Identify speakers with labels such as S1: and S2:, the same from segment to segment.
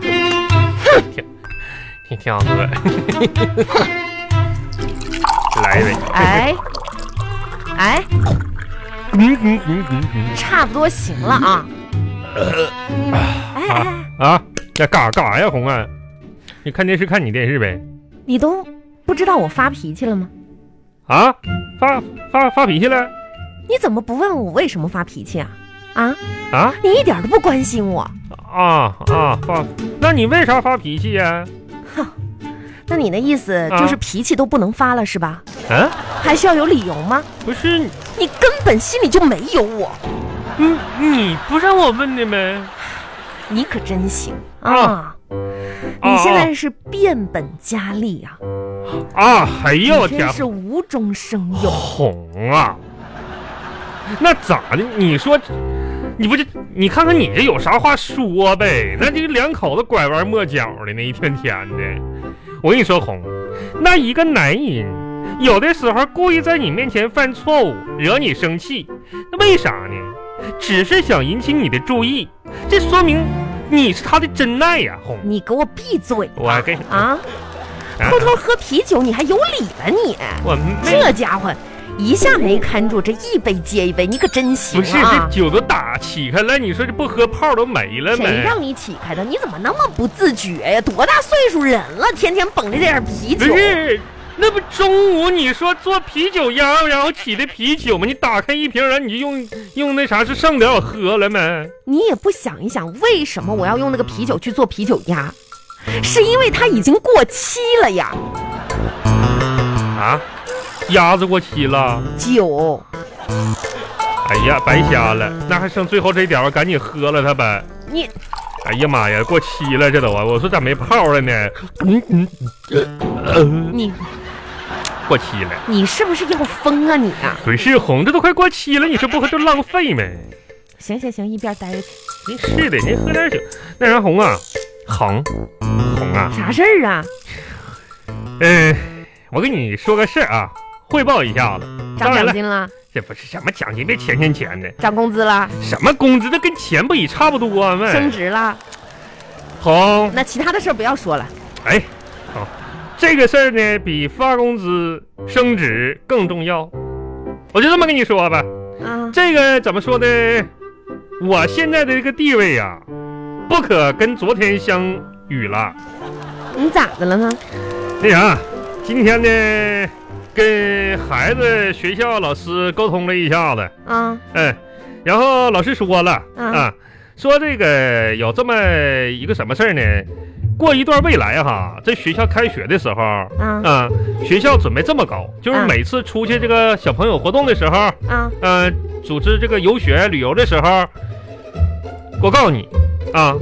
S1: 挺挺挺好喝的，来一杯。
S2: 哎，哎，
S1: 嗯嗯嗯嗯嗯
S2: 差不多行了啊。哎哎，哎
S1: 啊！这干啥干啥呀，红啊？你看电视看你电视呗？
S2: 你都不知道我发脾气了吗？
S1: 啊，发发发脾气了？
S2: 你怎么不问我为什么发脾气啊？啊，
S1: 啊
S2: 你一点都不关心我。
S1: 啊啊发！那你为啥发脾气呀、
S2: 那你的意思就是
S1: 啊
S2: 脾气都不能发了是吧？
S1: 嗯、
S2: 还需要有理由吗？
S1: 不是你
S2: 你根本心里就没有我，
S1: 嗯你不让我问的吗？
S2: 你可真行啊
S1: 啊！
S2: 你现在是变本加厉啊！
S1: 啊！哎呦我
S2: 你
S1: 天
S2: 真！是无中生有。
S1: 红啊，那咋的？你说，你不这，你看看你这有啥话说呗？那这两口子拐弯抹角的，那一天天的。我跟你说，红，那一个男人有的时候故意在你面前犯错误，惹你生气，那为啥呢？只是想引起你的注意，这说明你是他的真爱呀、红。
S2: 你给我闭嘴吧！
S1: 我跟
S2: 啊，
S1: 啊
S2: 偷偷喝啤酒，你还有理了你？
S1: 我没
S2: 这家伙一下没看住，这一杯接一杯，你可真行
S1: 不是这
S2: 啊！
S1: 酒都打起开了，你说这不喝泡都没了没？
S2: 谁让你起开的？你怎么那么不自觉呀？多大岁数人了，天天捧着这点啤
S1: 不
S2: 酒，
S1: 是，那不中午你说做啤酒鸭，然后起的啤酒吗？你打开一瓶，然后你就用用那啥是剩的，我喝了没？
S2: 你也不想一想，为什么我要用那个啤酒去做啤酒鸭？是因为它已经过期了呀，
S1: 啊，鸭子过期了，
S2: 酒。
S1: 哎呀，白瞎了，那还剩最后这一点儿，赶紧喝了它呗。
S2: 你
S1: 哎呀妈呀，过期了这都啊！我说咋没泡了呢？嗯嗯，
S2: 你
S1: 过期了。
S2: 你是不是要疯啊你啊？
S1: 不是红，这都快过期了，你说不喝就浪费呗。
S2: 行行行，一边待着去。
S1: 你是的，您喝点酒。那啥红啊，红，红啊，
S2: 啥事儿啊？
S1: 嗯，我跟你说个事儿啊，汇报一下子。当
S2: 涨
S1: 然
S2: 奖
S1: 了，
S2: 金了，
S1: 这不是什么奖金，别钱钱钱的，
S2: 涨工资了，
S1: 什么工资那跟钱不也差不多吗、
S2: 升职了。
S1: 红，
S2: 那其他的事儿不要说了。
S1: 哎，好，这个事儿呢比发工资、升职更重要。我就这么跟你说吧，
S2: 啊，
S1: 这个怎么说呢？我现在的这个地位呀、不可跟昨天相与了。
S2: 你咋的了呢？
S1: 那啥，哎今天呢，跟孩子学校老师沟通了一下子，
S2: 啊，
S1: 嗯，然后老师说了
S2: 啊
S1: 啊，说这个有这么一个什么事儿呢？过一段未来哈，这学校开学的时候
S2: 啊
S1: 啊，学校准备这么搞，就是
S2: 啊
S1: 每次出去这个小朋友活动的时候，
S2: 啊，
S1: 呃，组织这个游学旅游的时候，我告诉你啊，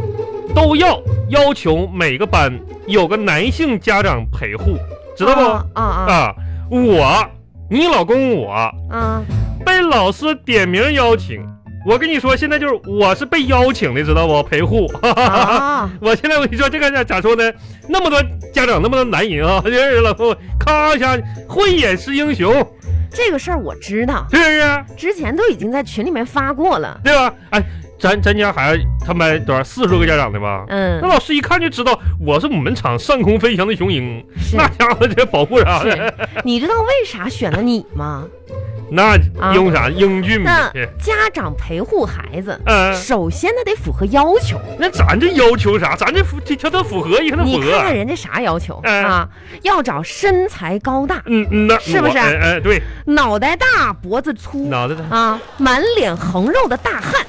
S1: 都要要求每个班有个男性家长陪护，知道不？
S2: 啊啊
S1: 啊，我，你老公我。
S2: 啊啊！
S1: 被老师点名邀请。我跟你说，现在就是我是被邀请的，知道不？陪护。 哈哈哈哈。
S2: 啊
S1: 我现在我跟你说，这个咋咋说呢？那么多家长，那么多男人啊， 就是老公咔一下慧眼识英雄，
S2: 这个事儿我知道，
S1: 是不是？
S2: 之前都已经在群里面发过了。
S1: 对吧？哎，咱咱家孩子他们班多少四十多个家长的吧？
S2: 嗯
S1: 那， 老师一看就知道我是我们厂上空飞翔的雄鹰，
S2: 是
S1: 那家伙这保护啥的，
S2: 是。你知道为啥选了你吗？
S1: 那
S2: 啊
S1: 英啥英俊
S2: 那
S1: 呗？嗯、
S2: 家长陪护孩子，首先他得符合要求。
S1: 那咱这要求啥？咱这符这条它符合一看它
S2: 你
S1: 符合。啊
S2: 看看人家啥要求
S1: 嗯
S2: 啊？要找身材高大、
S1: 嗯嗯，那
S2: 是不是啊
S1: 我哎哎，对，
S2: 脑袋大、脖子粗
S1: 脑袋大。
S2: 啊、满脸横肉的大汉。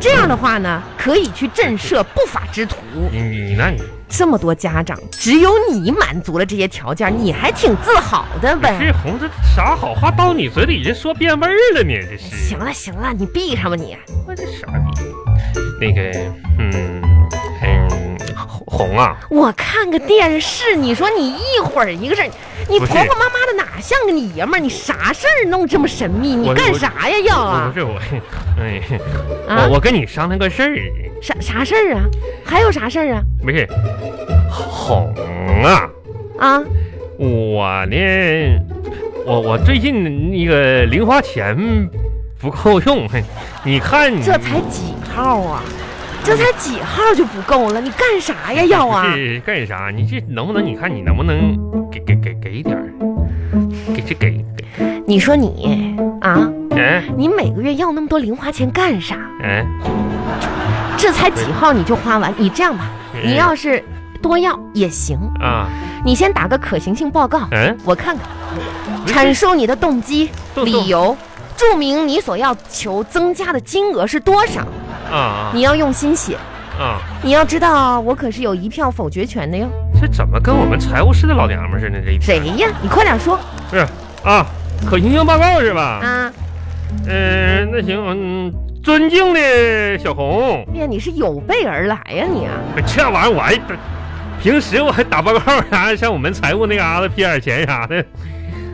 S2: 这样的话呢，可以去震慑不法之徒。
S1: 你你你那你
S2: 这么多家长，只有你满足了这些条件，你还挺自豪的
S1: 这
S2: 呗。
S1: 红这啥好话到你嘴里，这说变味儿了呢？这是
S2: 哎行，了行了，你闭上吧你。
S1: 我这啥逼？那个，嗯嗯，红红啊，
S2: 我看个电视，你说你一会儿一个事儿，你
S1: 不
S2: 婆
S1: 是
S2: 婆妈妈的哪像个你爷们儿？你啥事儿弄这么神秘？你
S1: 我
S2: 干
S1: 我
S2: 啥呀要
S1: 我
S2: 啊
S1: 不？是我，哎，
S2: 啊
S1: 我我跟你商量个事儿，
S2: 啥啥事儿啊？还有啥事儿啊？
S1: 不是红啊，
S2: 啊，
S1: 我呢，我我最近那个零花钱不够用。嘿你看你
S2: 这才几号啊？这才几号就不够了？你干啥呀？要 啊？
S1: 是干啥？你这能不能？你看你能不能给给给给点儿？给这给给
S2: 你说你啊，
S1: 嗯
S2: 你每个月要那么多零花钱干啥？
S1: 嗯，
S2: 这才几号你就花完？你这样吧，你要是多要也行，
S1: 啊
S2: 你先打个可行性报告，
S1: 嗯，
S2: 我看看，
S1: 不是
S2: 阐述你的动机、
S1: 动动
S2: 理由，注明你所要求增加的金额是多少。
S1: 啊
S2: 你要用心写，
S1: 啊啊！
S2: 你要知道我可是有一票否决权的哟。
S1: 这怎么跟我们财务室的老娘们似的？这一
S2: 谁
S1: 天
S2: 呀？你快点说
S1: 不是啊？可行性报告是吧？
S2: 啊！
S1: 嗯、那行，嗯，尊敬的小红，
S2: 哎呀，你是有备而来呀、你啊！
S1: 这玩意儿我还平时我还打报告啥，像我们财务那嘎达批点钱啥的。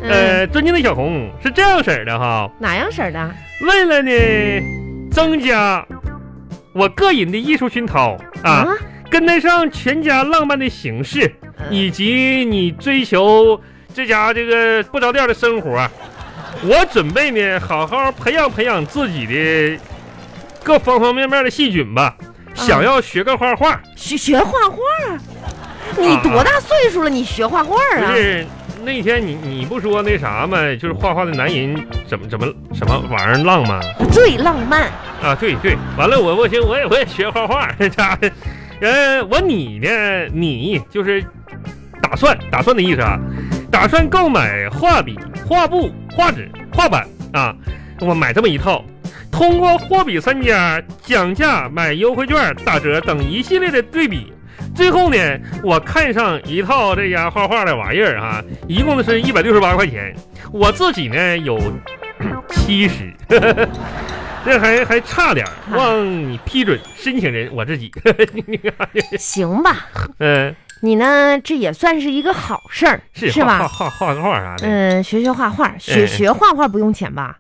S2: 嗯，
S1: 呃，尊敬的小红是这样式儿的哈，
S2: 哪样式儿的？
S1: 为了呢增加我个人的艺术熏陶啊，
S2: 嗯
S1: 跟得上全家浪漫的形式，以及你追求这家这个不着调的生活，啊我准备呢好好培养培养自己的各方方面面的细菌吧，想要学个画画。
S2: 呃学学画画儿？
S1: 啊
S2: 你多大岁数了？你学画画儿
S1: 不
S2: 啊？
S1: 是那天你你不说那啥吗？就是画画的男人怎么怎么什么玩意儿浪啊吗？
S2: 最浪漫，
S1: 啊，对对，完了我不行，我也我也学画画，这 家伙，呃，我你呢？你就是打算打算的意思啊，打算购买画笔、画布、画纸、画板啊，我买这么一套。通过货比三家、讲价、买优惠券、打折等一系列的对比，最后呢，我看上一套这家画画的玩意儿啊，一共是一百六十八块钱，我自己呢有七十。这还还差点儿，
S2: 啊
S1: 望你批准申请人我自己。
S2: 行吧？
S1: 嗯，
S2: 你呢？这也算是一个好事儿，
S1: 是画
S2: 吧？
S1: 画画画画啥的，
S2: 嗯，学学画画，学
S1: 嗯
S2: 学画画不用钱吧？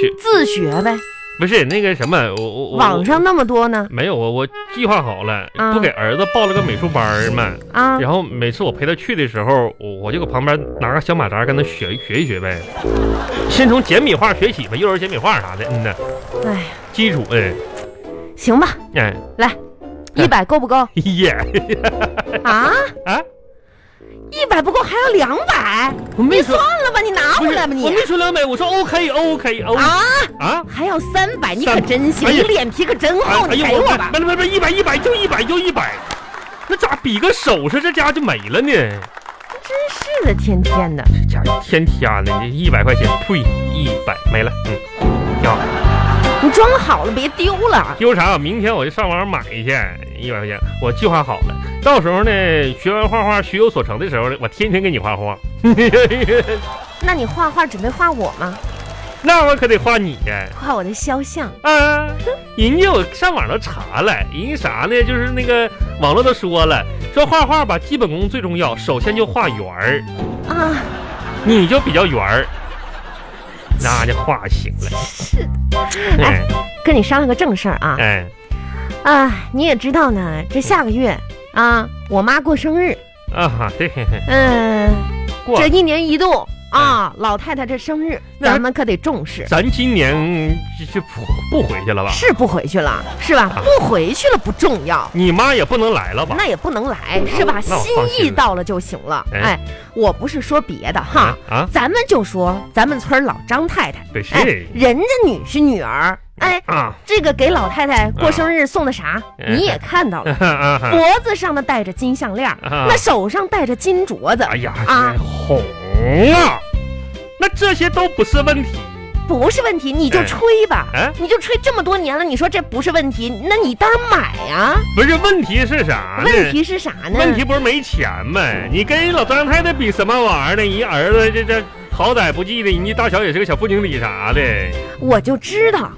S1: 是
S2: 自学呗。
S1: 不是那个什么？我我我
S2: 网上那么多呢
S1: 没有我我计划好了，
S2: 啊
S1: 不给儿子报了个美术班儿嘛。
S2: 啊！
S1: 然后每次我陪他去的时候，我我就搁旁边拿个小马扎跟他学学一学呗，先从简笔画学起吧，幼儿简笔画啥的，嗯呐，
S2: 哎呀，
S1: 基础，嗯
S2: 行吧，
S1: 哎 嗯
S2: 一百够 不够
S1: 耶，
S2: 啊？
S1: 啊，
S2: 一百不够还要两百，
S1: 我没
S2: 你
S1: 说
S2: 算了吧，你拿
S1: 不
S2: 回
S1: 是，
S2: 来吧你
S1: 我没说两百，我说 OK OK OK
S2: 啊！
S1: 啊。
S2: 还要三百，你
S1: 三
S2: 可真行，
S1: 哎呀哎
S2: 你脸皮可真厚，你给我吧
S1: 不。是不是不是一百一百就一百就一百，那咋比个手势这家就没了呢？
S2: 真是的，天天的。
S1: 这家伙天天的，你一百块钱，呸，一百没了，嗯，挺好。
S2: 你装好了，别丢了。
S1: 丢啥？明天我就上网买去，一百块钱，我计划好了。到时候呢，学完画画学有所成的时候呢，我天天给你画画，
S2: 那你画画准备画我吗？
S1: 那我可得画你呀、
S2: 画我的肖像。
S1: 啊，人家我上网都查了，人家啥呢？就是那个网络都说了，说画画吧，基本功最重要，首先就画圆儿。
S2: 啊，
S1: 你就比较圆儿，那就画行了。
S2: 是的，
S1: 哎
S2: 跟你商量个正事儿啊。
S1: 哎
S2: 啊，你也知道呢，这下个月啊，我妈过生日，
S1: 啊哈，对，
S2: 嗯，
S1: 过哎
S2: 这一年一度啊，老太太这生日，
S1: 那
S2: 咱们可得重视。
S1: 咱今年就就不不回去了吧？啊
S2: 是不回去了，是吧？不回去了不重要，
S1: 你妈也不能来了吧？
S2: 那也不能来，是吧？
S1: 那我
S2: 心
S1: 放
S2: 意
S1: 心了
S2: 到了就行了。
S1: 哎
S2: 哎，我不是说别的哈
S1: 啊，啊，
S2: 咱们就说咱们村儿老张太太，
S1: 对，
S2: 哎
S1: 是，
S2: 人家女婿女儿，哎，
S1: 啊
S2: 这个给老太太过生日送的啥，
S1: 嗯
S2: 你也看到了，
S1: 啊哈，
S2: 脖子上的戴着金项链，
S1: 啊
S2: 那手上戴着金镯子，
S1: 哎呀，
S2: 啊
S1: 红啊，那这些都不是问题。
S2: 不是问题，你就
S1: 哎
S2: 吹吧，
S1: 哎
S2: 你就吹这么多年了，你说这不是问题，那你当然买呀、
S1: 不是问题是啥呢？
S2: 问题是啥呢？
S1: 问题不是没钱吗？你跟人老张太太比什么玩意儿呢？人儿子这这好歹不济的，人家大小也是个小副经理啥的。
S2: 我就知道，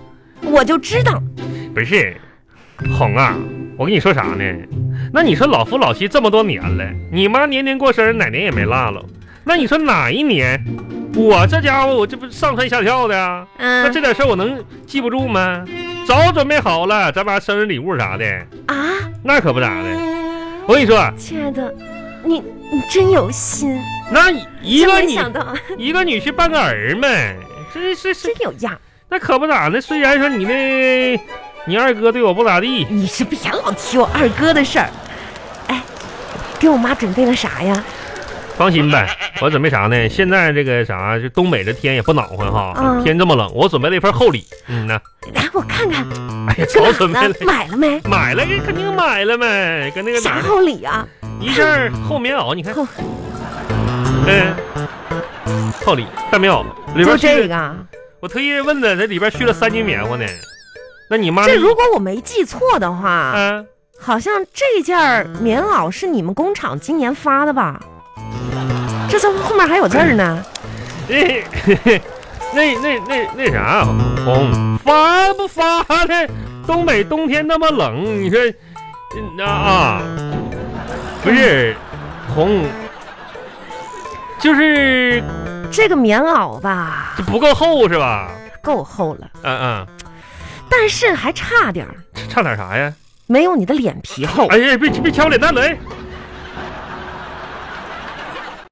S2: 我就知道，
S1: 不是，红啊，我跟你说啥呢？那你说老夫老妻这么多年了，你妈年年过生日，哪年也没落了。那你说哪一年，我这家伙我这不是上蹿下跳的、啊，那
S2: 嗯
S1: 这点事儿我能记不住吗？早准备好了，咱妈生日礼物啥的，
S2: 啊，
S1: 那可不咋的。我跟你说，
S2: 亲爱的，你你真有心，
S1: 那一
S2: 真
S1: 个
S2: 没
S1: 女
S2: 想到，
S1: 一个女婿半个儿嘛，这是是
S2: 真有样。
S1: 那可不咋的。虽然说你那，你二哥对我不咋地，
S2: 你是别老提我二哥的事儿。哎，给我妈准备了啥呀？
S1: 放心呗，我准备啥呢？现在这个啥，就东北这天也不暖和哈，
S2: 嗯
S1: 天这么冷，我准备了一份厚礼。嗯呐，
S2: 来，我看看，
S1: 哎呀，早
S2: 搁
S1: 准备
S2: 哪
S1: 了
S2: 呢，？买了没？
S1: 买了，肯定买了呗，跟那个哪
S2: 啥哦
S1: 儿
S2: 厚礼啊？
S1: 一件厚棉袄，你看
S2: 厚，
S1: 嗯，厚礼大棉袄里
S2: 就
S1: 边续
S2: 这
S1: 了，
S2: 个啊。
S1: 我特意问的，这里边续了三斤棉花呢。那你妈
S2: 这
S1: 那
S2: 如果我没记错的话，
S1: 啊，
S2: 好像这件儿棉袄是你们工厂今年发的吧？这怎么后面还有字儿呢？
S1: 那 那那那那啥，红发不发的？东北冬天那么冷，你说那啊，不是红，就是
S2: 这个棉袄吧，
S1: 这不够厚是吧？
S2: 够厚了，
S1: 嗯嗯，
S2: 但是还差点儿，
S1: 差点啥呀？
S2: 没有你的脸皮厚。
S1: 哎呀，别别敲脸蛋子！哎